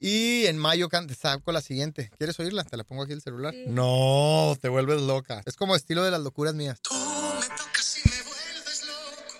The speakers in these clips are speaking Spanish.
Y en mayo can- saco la siguiente. ¿Quieres oírla? Te la pongo aquí en el celular. Sí. No, te vuelves loca. Es como estilo de las locuras mías. Tú me tocas y me vuelves loco.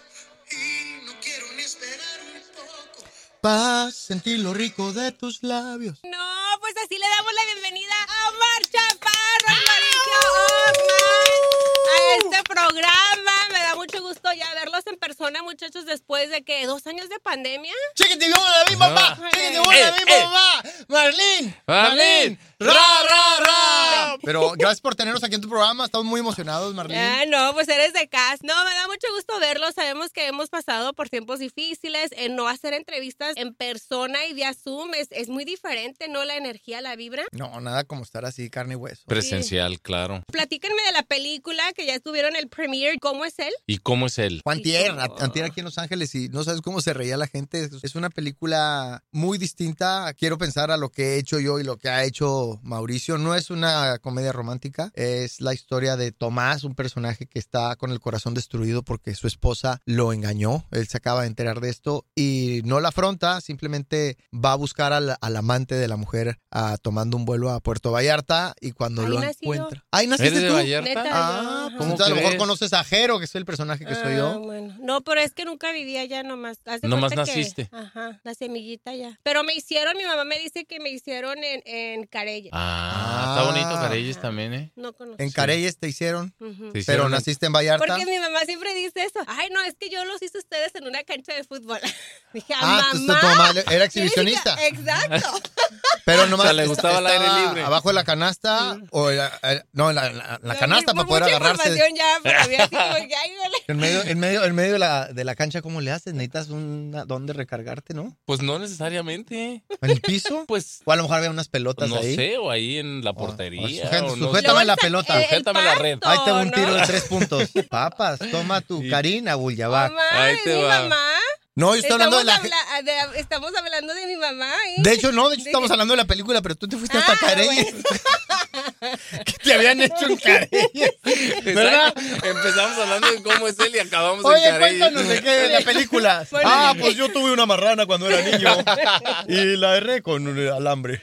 Y no quiero ni esperar un poco. Paz, sentir lo rico de tus labios. No, pues así le damos la bienvenida a Omar Chaparro, Mauricio Osman, a este programa. Me da mucho gusto ya verlos en persona, muchachos, después de que dos años de pandemia. ¡Chiquiti bola de mi papá! No. ¡Chiquiti bola de mi Eh, eh. papá! ¡Marlín! ¡Marlín! ¡Ra, ra, ra! Pero gracias por tenernos aquí en tu programa. Estamos muy emocionados, Marlín. Ah, no, pues eres de CAS. No, me da mucho gusto verlos. Sabemos que hemos pasado por tiempos difíciles. En no hacer entrevistas en persona y vía Zoom es, es muy diferente, ¿no? La energía, la vibra. No, nada como estar así, carne y hueso. Presencial, claro. Platíquenme de la película que ya estuvieron el premiere. ¿Cómo es él? ¿Y cómo es él? Juan Sí, Tierra, cómo. Antier aquí en Los Ángeles y no sabes cómo se reía la gente. Es una película muy distinta, quiero pensar a lo que he hecho yo y lo que ha hecho Mauricio. No es una comedia romántica, es la historia de Tomás, un personaje que está con el corazón destruido porque su esposa lo engañó. Él se acaba de enterar de esto y no la afronta, simplemente va a buscar al, al amante de la mujer ah, tomando un vuelo a Puerto Vallarta y cuando Ahí lo nací yo. encuentra... ¡Ay, naciste ¿Eres de tú! Vallarta? Ah, no. pues ¿cómo entonces a lo mejor crees? conoces a Jero, que soy el personaje que soy Ah, yo. bueno. No, pero es que nunca vivía allá nomás. Haz de Nomás cuenta que- naciste. ajá, la semillita ya. Pero me hicieron, mi mamá me dice que me hicieron en, en Carella. Ah, Ah. está bonito Carellis también, ¿eh? No conozco. En Careyes te hicieron, Ujú. Te pero hicieron en- naciste en Vallarta. Porque mi mamá siempre dice eso. Ay, no, es que yo los hice ustedes en una cancha de fútbol. Dije, a Ah, entonces tu mamá. mamá era Y yo dije, exhibicionista, Exacto. Ah, pero nomás O sea, le gustaba el aire estaba libre. abajo de la canasta o en la- en- no, en la, en la- en la canasta para Por poder mucha agarrarse. información ya, pero había así como que, ay, duele. En medio, en medio, en medio de, la, de la cancha, ¿cómo le haces? Necesitas un dónde recargarte, ¿no? Pues no necesariamente. ¿En el piso? Pues O a lo mejor había unas pelotas no ahí. Ah, pues, sé, o ahí en la O- o portería. sujet- o no sé. sujétame la Luego el- pelota. el- el Sujétame la red. pasto, Ahí te va un tiro ¿no? de tres puntos. Papas, toma tu Sí. Karina Abul-Jabbar. Mamá, Ahí es te mi va. mamá. No, yo estoy hablando de la. Estamos habla- de- estamos hablando de mi mamá. ¿eh? De hecho, no, de hecho, de- estamos hablando de la película, pero tú te fuiste hasta Ah, Careyes. que te habían hecho un Careyes. ¿Verdad? Exacto. Empezamos hablando de cómo es él y acabamos Pues en Oye, Carellis. cuéntanos de qué de la película. Bueno. ah, pues yo tuve una marrana cuando era niño y la erré con un alambre.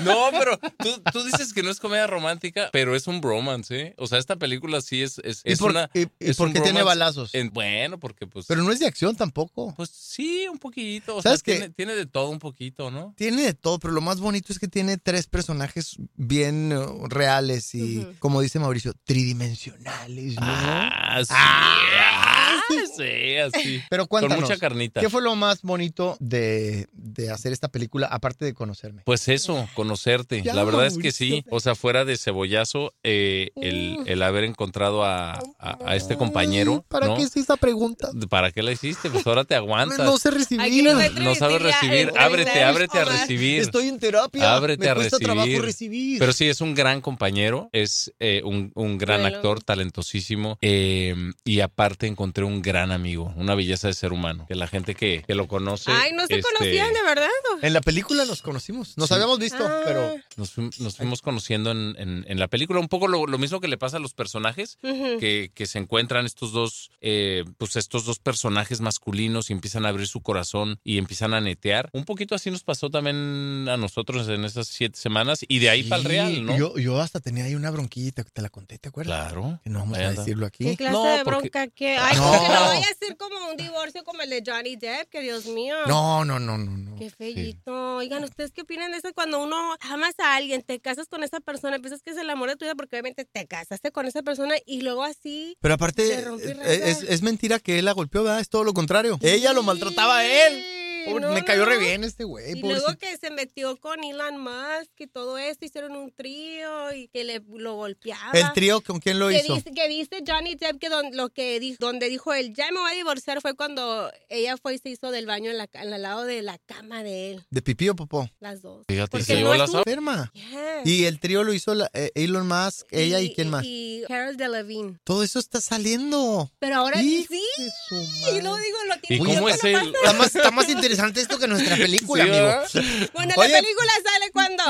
No, pero tú, tú dices que no es comedia romántica, pero es un bromance, ¿eh? O sea, esta película sí es, es, ¿Y es por, una... y- y es por un qué tiene bromance. balazos? en- bueno, porque pues... Pero no es de acción tampoco. Pues sí, un poquito. O ¿Sabes sea, qué? tiene, tiene de todo un poquito, ¿no? Tiene de todo, pero lo más bonito es que tiene tres personajes bien eh, reales y, Ujú. como dice Mauricio, tridimensionales. ¿no? Ah, sí. Ah, ah, sí, así. Pero Con cuéntanos, mucha carnita. ¿qué fue lo más bonito de, de hacer esta película, aparte de conocerme? Pues eso, conocerte. Ya, la verdad es que Mauricio. sí. O sea, fuera de cebollazo, eh, el, el haber encontrado a, a- a este Ay, compañero. Mm. ¿Para ¿no? qué es esta pregunta? ¿Para qué la hiciste? Pues ahora te aguantas. No sé recibir. Aquí nos va a No sabes entrevistar ya recibir. el Ábrete, primer ábrete a Omar. recibir. Estoy en terapia. Ábrete Me a cuesta trabajo recibir. recibir. Pero sí, es un gran compañero, es eh, un, un gran Bueno. actor, talentosísimo. eh, y aparte encontré un gran amigo, una belleza de ser humano. Que la gente que, que lo conoce. Ay, no se este, conocían de verdad. En la película nos conocimos. Nos Sí. habíamos visto, Ah. pero Nos, fuim- nos fuimos conociendo en, en- en la película. Un poco lo, lo mismo que le pasa a los personajes. Ujú. Que, que se encuentran estos dos, eh, pues estos dos personajes masculinos y empiezan a abrir su corazón y empiezan a netear. Un poquito así nos pasó también a nosotros en esas siete semanas y de ahí para el real, ¿no? Yo, yo hasta tenía ahí una bronquita que te la conté, ¿te acuerdas? Claro. Que no vamos Ahí a anda. decirlo ¿Qué aquí. clase No, de porque- bronca que Ay, No. porque no vaya a ser como un divorcio como el de Johnny Depp, que Dios mío. No, no, no, no, no. Qué feíto. Oigan, ¿ustedes qué opinan de eso? Cuando uno amas a alguien, te casas con esa persona, piensas que es el amor de tu vida porque obviamente te casaste con esa persona y luego así. Pero Se aparte, rompí eh, raza. es, es mentira que él la golpeó, ¿verdad? Es todo lo contrario. Ella lo maltrataba a él. Pobre- No, me cayó re no. bien este güey. Y pobrecito. luego que se metió con Elon Musk y todo esto, hicieron un trío y que le, lo golpeaba. El trío, ¿con quién lo que hizo? ah, dice, que dice Johnny Depp que don- lo que dijo, donde dijo él, ya me voy a divorciar, fue cuando ella fue y se hizo del baño en la, ca- en al lado de la cama de él, ¿De pipí o popó? las dos. Fíjate, Porque se no llevó es las un- ab- Enferma. Yeah. Y el trío lo hizo la- eh, Elon Musk, ella y, quién más. Y Carol Delevingne. Todo eso está saliendo. Pero ahora Hijo sí, de su y madre. luego digo, lo ¿Y tiene Uy, cómo que es hacer él? nomás. Está más, está más interesante esto que nuestra película, Sí, amigo. ¿verdad? Bueno, Oye. la película sale cuando.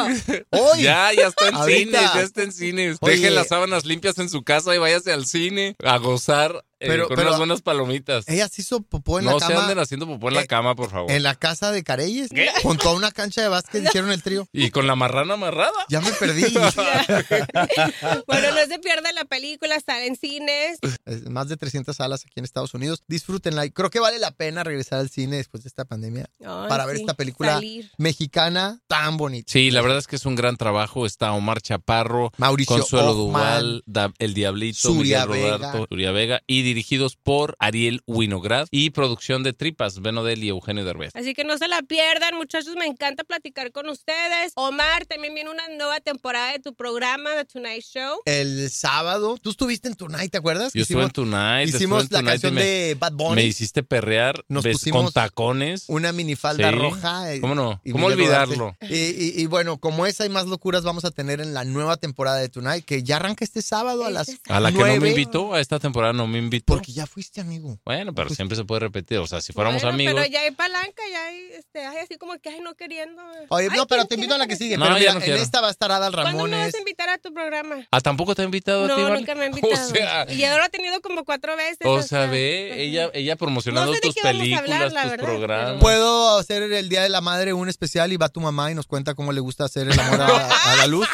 Hoy. Ya, ya está en Ahorita. cines, ya está en cines. Oye. Deje las sábanas limpias en su casa y váyase al cine a gozar eh, Pero- con pero- unas buenas palomitas. Ella se hizo popó en no la se cama. anden haciendo popó en la Eh, cama, por favor. En la casa de Careyes. Junto a una cancha de básquet hicieron el trío. Y con la marrana amarrada. Ya me perdí. Bueno, no se pierda la película, estar en cines. Es Más de 300 salas aquí en Estados Unidos. Disfrútenla. Y Creo que vale la pena regresar al cine después de esta pandemia Ay, para ver sí, esta película salir. mexicana tan bonita. Sí, la verdad es que es un gran trabajo. Está Omar Chaparro, Mauricio Consuelo Hoffman, Duval, Da- El Diablito, Zuria Miguel Roberto, Vega. Zuria Vega, y dirigidos por Ariel Winograd y producción de Tripas, Benodel y Eugenio Derbez. Así que no se la pierdan, muchachos. Me encanta platicar con ustedes. Omar, también viene una nueva temporada de tu programa, The Tonight Show. El sábado, tú estuviste en Tonight, ¿te acuerdas? Yo estuve en Tonight, estuve hicimos en la Tonight y canción me, de Bad Bunny, me hiciste perrear Nos ves, con pusimos tacones. una minifalda Sí. roja. eh, ¿Cómo no? y ¿Cómo Miguel Rodarte. olvidarlo? Y, y- y bueno, como esa y más locuras vamos a tener en la nueva temporada de Tonight, que ya arranca este sábado a las Este sábado. A la que no me nueve, invitó, a esta temporada no me invitó. Porque ya fuiste amigo. Bueno, pero Pues- siempre se puede repetir. O sea, si fuéramos Bueno, amigos. Pero ya hay palanca, ya hay, este, ay, así como que, ay, no queriendo. Oye, Ay, no, pero ¿quién te invito quiere a la que sigue. No, pero ya mira, no en quiero. esta va a estar Adal ¿Cuándo me vas Ramones. a invitar a tu programa? Ah, tampoco te ha invitado a ti, No, Vale? nunca me ha invitado. O sea, y yo lo he tenido como cuatro veces. o sea, ve, ella, ella promocionando pues No sé de tus qué vamos a películas, hablar, la tus verdad, programas. Puedo hacer el Día de la Madre un especial y va tu mamá y nos cuenta cómo le gusta hacer el amor a, a la luz.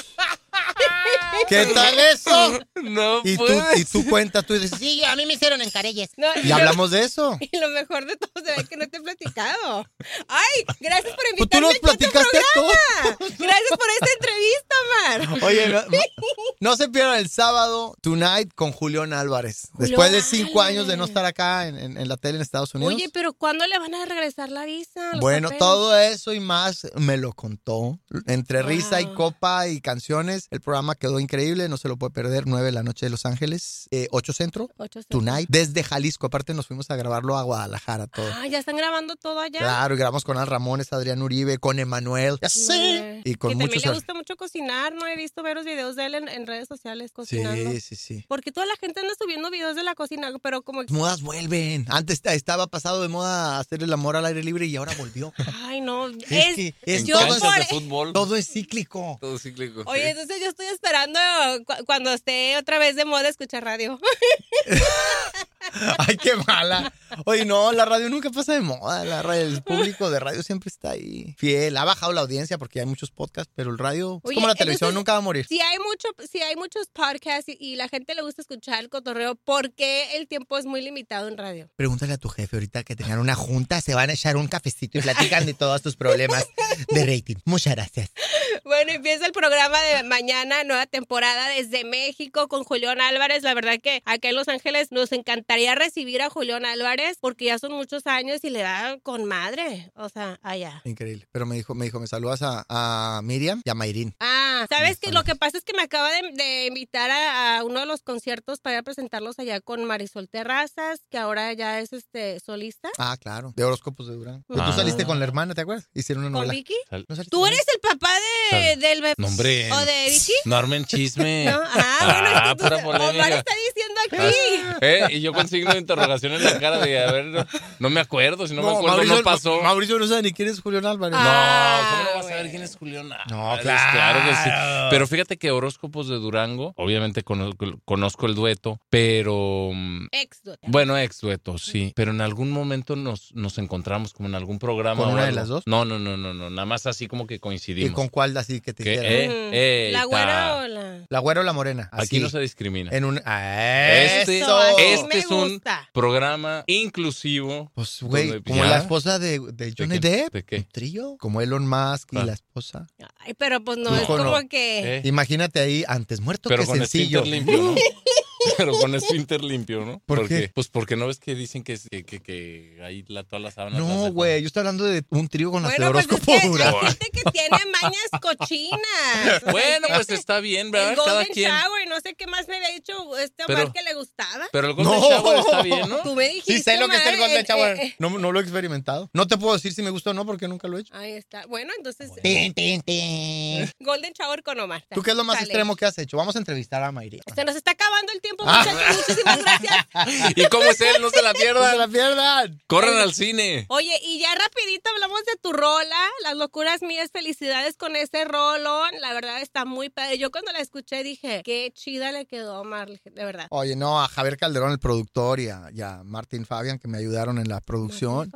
¿Qué Pues tal eso? No Y tú, puedes. y tú cuentas, tú dices, Sí, a mí me hicieron en Carelles. No, y hablamos de eso. Y lo mejor de todo será que no te he platicado. Ay, gracias por Pues tú invitarme nos a tu platicaste todo. programa. Gracias por esta entrevista, Omar. Oye, no, no se pierdan el sábado Tonight con Julián Álvarez. Después de cinco Álvarez. años de no estar acá en, en- en la tele en Estados Unidos. Oye, pero ¿cuándo le van a regresar la visa? los Bueno, papeles? todo eso y más me lo contó. Entre Wow. risa y copa y canciones, el programa quedó increíble, no se lo puede perder. 9 de la noche de Los Ángeles, eh, 8 Centro, Ocho semanas. Tonight, desde Jalisco. Aparte nos fuimos a grabarlo a Guadalajara todo. Ah, ya están grabando todo allá. Claro, y grabamos con Al Ramones, Adrián Uribe, con Emanuel. Ya sé. Mira. Y con que muchos... también le gusta mucho cocinar, no he visto ver los videos de él en, en redes sociales cocinando. Sí, sí, sí. Porque toda la gente anda subiendo videos de la cocina, pero como Las modas vuelven. Antes ta- estaba pasado de moda hacer el amor al aire libre y ahora volvió. ay no, es, Es que es En yo todo, canchas por- e- de fútbol. todo es cíclico. Todo cíclico. ¿eh? Oye, sí. entonces yo estoy esperando cu- cuando esté otra vez de moda escuchar radio. Ay, qué mala. Oye, no, la radio nunca pasa de moda. La radio, el público de radio siempre está ahí. Fiel. Ha bajado la audiencia porque hay muchos podcasts, pero el radio, es Oye, como la televisión, entonces- nunca va a morir. Si hay mucho, si hay muchos podcasts y, y la gente le gusta escuchar el cotorreo, ¿por qué el tiempo es muy limitado en radio? Pregúntale a tu jefe ahorita que tengan una junta, se van a echar un cafecito y platican de todos tus problemas de rating. Muchas gracias. Bueno, empieza el programa de mañana, nueva temporada desde México con Julián Álvarez. La verdad que acá en Los Ángeles nos encantaría recibir a Julián Álvarez porque ya son muchos años y le da con madre. O sea, allá. Increíble. Pero me dijo, me dijo, me saludas a, a Miriam y a Mayrin. Ah, Buenas ¿sabes qué? tardes. Lo que pasa es que me acaba de, de invitar a, a uno de los conciertos para ir a presentarlos allá con Marisol Terrazas, que ahora ya es este solista. Ah, claro. De horóscopos de Durán. Pero Ah. Pues Tú saliste con la hermana, ¿te acuerdas? Hicieron una ¿Con novela. Vicky? Sal- ¿No saliste ¿Tú con eres el papá de, Sal- del bebé? No, hombre. ¿O de Vicky? No armen chisme. No. Ah, Ah, bueno, pura entonces, Omar polémica. está diciendo aquí. Eh, y yo con signo de interrogación en la cara de, a ver, no, no me acuerdo, si no, me acuerdo, no pasó. No, Mauricio no sabe ni quién es Julián Álvarez. Ah. ¿cómo no vas a güey. ver quién es Julián? No, Álvarez? claro. pues, que sí. Ah. Pero fíjate que horóscopos de Durango, obviamente conozco, conozco el dueto, pero... mm, Ex dueto. Bueno, ex dueto, sí. Pero en algún momento nos, nos encontramos como en algún programa. ¿Con o una de algo. las dos? No, no, no, no, no. Nada más así como que ¿Y coincidimos. con cuál así que te ¿Qué? dijeron? Eh, Mm. eh, ¿La ta. güera o la...? ¿La güera o la morena? Aquí Así. no se discrimina. En un... Este- ¡Eso! así este me es un- gusta. Programa inclusivo. Pues, güey, ¿Dónde- como ya? la esposa de, de Johnny qué? Depp. ¿De qué? un trío. Como Elon Musk y Ah. la esposa. Ay, pero pues no, No, es como no. que... Eh, Imagínate ahí, antes muerto pero que con sencillo. esfínter limpio, ¿no? Pero con esfínter limpio, ¿no? ¿Por Porque- qué? Pues porque no ves que dicen que, que, que, que ahí la, todas las sábanas. las No, dejan. güey, yo estoy hablando de un trío con las de Bueno, pues es horóscopo que Durán. hay gente que tiene mañas cochinas. Bueno, pues está está bien, El ¿verdad? Cada Golden quien. Shower, no sé qué más me había dicho este Omar Pero- que le gustaba. Pero el Golden No. Shower está bien, ¿no? Tú me dijiste, Sí, sé lo que es el Omar, Golden eh, Shower. eh, eh. No, no lo he experimentado. No te puedo decir si me gusta o no porque nunca lo he hecho. Ahí está. Bueno, entonces, Tin, tin, tin. Golden Shower con Omar. ¿Tú qué es lo más Sale. extremo que has hecho? Vamos a entrevistar a Mayri. Se nos está acabando el tiempo. tiempo, Ah. muchachos. Muchísimas gracias. ¿Y cómo es él? No se la ¡No se pierdan. la pierdan! Corran al cine. Oye, y ya rapidito hablamos de tu rola, Las locuras mías, felicidades con ese rolón. La verdad está muy padre. Yo cuando la escuché dije, qué chida le quedó a Marley, de verdad. Oye, no, a Javier Calderón, el productor, y a, y a Martín Fabian, que me ayudaron en la producción.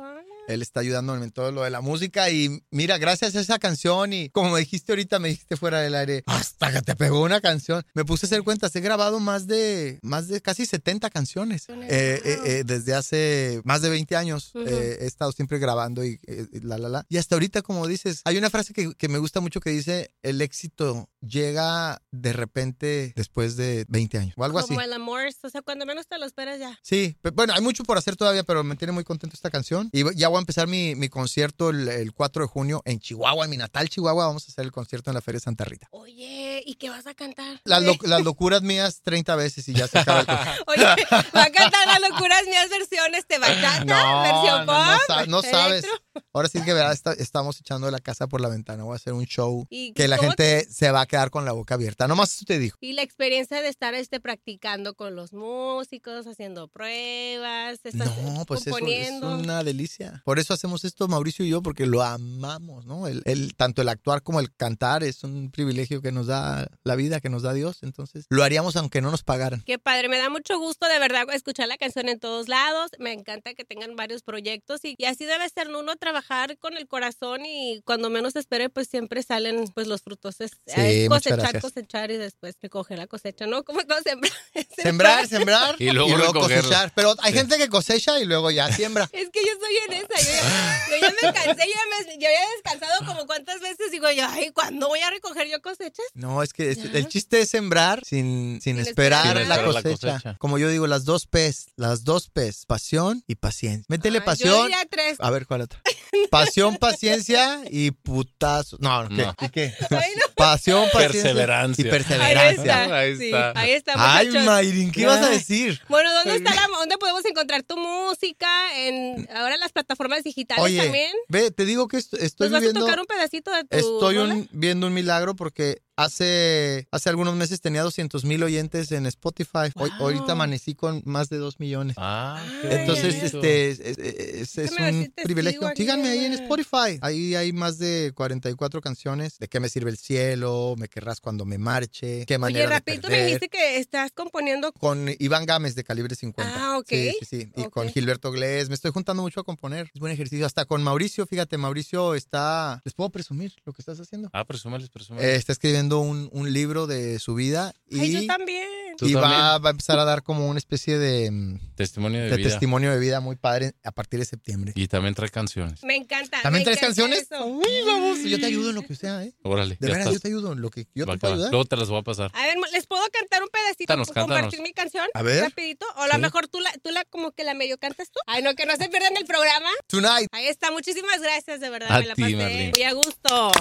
Él está ayudándome en todo lo de la música y mira, gracias a esa canción y como me dijiste ahorita, me dijiste fuera del aire, hasta que te pegó una canción. Me puse a hacer cuentas, he grabado más de, más de casi 70 canciones. Wow. Eh, eh, eh, desde hace más de 20 años Ujú. eh, he estado siempre grabando y, eh, y la, la, la. Y hasta ahorita, como dices, hay una frase que, que me gusta mucho que dice, el éxito llega de repente después de 20 años o algo así. Como el amor, o sea, cuando menos te lo esperas ya. Sí, pe- bueno, hay mucho por hacer todavía, pero me tiene muy contento esta canción. Y ya voy a empezar mi, mi concierto el, el 4 de junio en Chihuahua, en mi natal Chihuahua. Vamos a hacer el concierto en la Feria de Santa Rita. Oye, ¿y qué vas a cantar? Las, lo- las locuras mías 30 veces y ya se acaba el concierto. Oye, va a cantar las locuras mías versión este bachata, no, no versión pop. sa- no electro. sabes. Ahora sí que verás, está- estamos echando la casa por la ventana. Voy a hacer un show ¿Y que la cómo gente se va a quedar con la boca abierta. Nomás eso te dijo. Y la experiencia de estar este, practicando con los músicos, haciendo pruebas, estás eh, No, pues eso es componiendo. una delicia. Por eso hacemos esto Mauricio y yo, porque lo amamos, ¿no? El, el- tanto el actuar como el cantar es un privilegio que nos da la vida, que nos da Dios. Entonces, lo haríamos aunque no nos pagaran. Qué padre, me da mucho gusto de verdad escuchar la canción en todos lados. Me encanta que tengan varios proyectos y, y así debe ser uno trabajar con el corazón y cuando menos espere pues siempre salen pues los frutos. Es, es muchas cosechar, gracias. cosechar y después recoger la cosecha, ¿no? Como no sembrar. Sembrar, sembrar Y luego recogerlo. cosechar. Pero hay Sí. gente que cosecha y luego ya siembra. Es que yo soy en esa, yo ya, yo ya me cansé, yo ya, me- yo ya he descansado como cuántas veces digo yo, ay, ¿cuándo voy a recoger yo cosechas? No, es que es- Ya. el chiste es sembrar sin, sin, esperar, esperar. Sin la, esperar la cosecha. cosecha. Como yo digo, las dos P's, las dos P's, pasión y paciencia. Métele Ay, Yo pasión. diría tres. A ver, ¿cuál otra? Pasión, paciencia y putazo. No, ¿qué? No. ¿Y qué? Ay, no. Pasión, paciencia. Perseverancia. Y Ahí perseverancia. está. Ahí sí, está. ahí está, Ay, muchachos. Mayrin, ¿qué vas a Ay. decir? Bueno, ¿dónde está la, dónde podemos encontrar tu música? En ahora las plataformas digitales Oye, también. ve, te digo que est- estoy ¿Nos Pues vas a viviendo... tocar un pedacito de tu Estoy rola? un- viendo un milagro porque hace, hace algunos meses tenía 200 mil oyentes en Spotify. Hoy- Wow. ahorita amanecí con más de 2 millones. Ah, qué Ay, Entonces, ay, ay. bonito. este es, es- es- es Déjame ver si un te sigo privilegio. aquí, Síganme ahí en eh. Spotify. Ahí hay más de 44 canciones. ¿De qué me sirve el cielo? ¿Me querrás cuando me marche? ¿Qué manera Oye, de rapidito me perder? dijiste que estás componiendo. Con Iván Gámez de Calibre 50. Ah, ok. Sí, sí, sí. Y con Ok. Gilberto Glés. Me estoy juntando mucho a componer. Es buen ejercicio. Hasta con Mauricio, fíjate, Mauricio está... ¿Les puedo presumir lo que estás haciendo? Ah, presúmales, presúmales. Eh, está escribiendo un, un libro de su vida y, Ay, yo también. Tú y va, también. va a empezar a dar como una especie de, mm, Testimonio de, de vida. testimonio de vida muy padre a partir de septiembre. Y también trae canciones. Me encanta. ¿También me tres encanta canciones? eso. Uy, vamos, yo te ayudo en lo que sea, ¿eh? Órale. De ya veras, estás. yo te ayudo en lo que yo Va te puedo a acabar. ayudar. Luego te las voy a pasar. A ver, ¿les puedo cantar un pedacito? Cántanos, ¿Puedo ¿Compartir cántanos. mi canción? A ver. Rapidito. O a lo Sí. mejor tú la, tú la como que la medio cantas tú. Ay, no, que no se pierdan el programa. Tonight. Ahí está. Muchísimas gracias, de verdad. A me la ti, pasé Marlene. muy a gusto.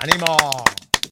¡Ánimo!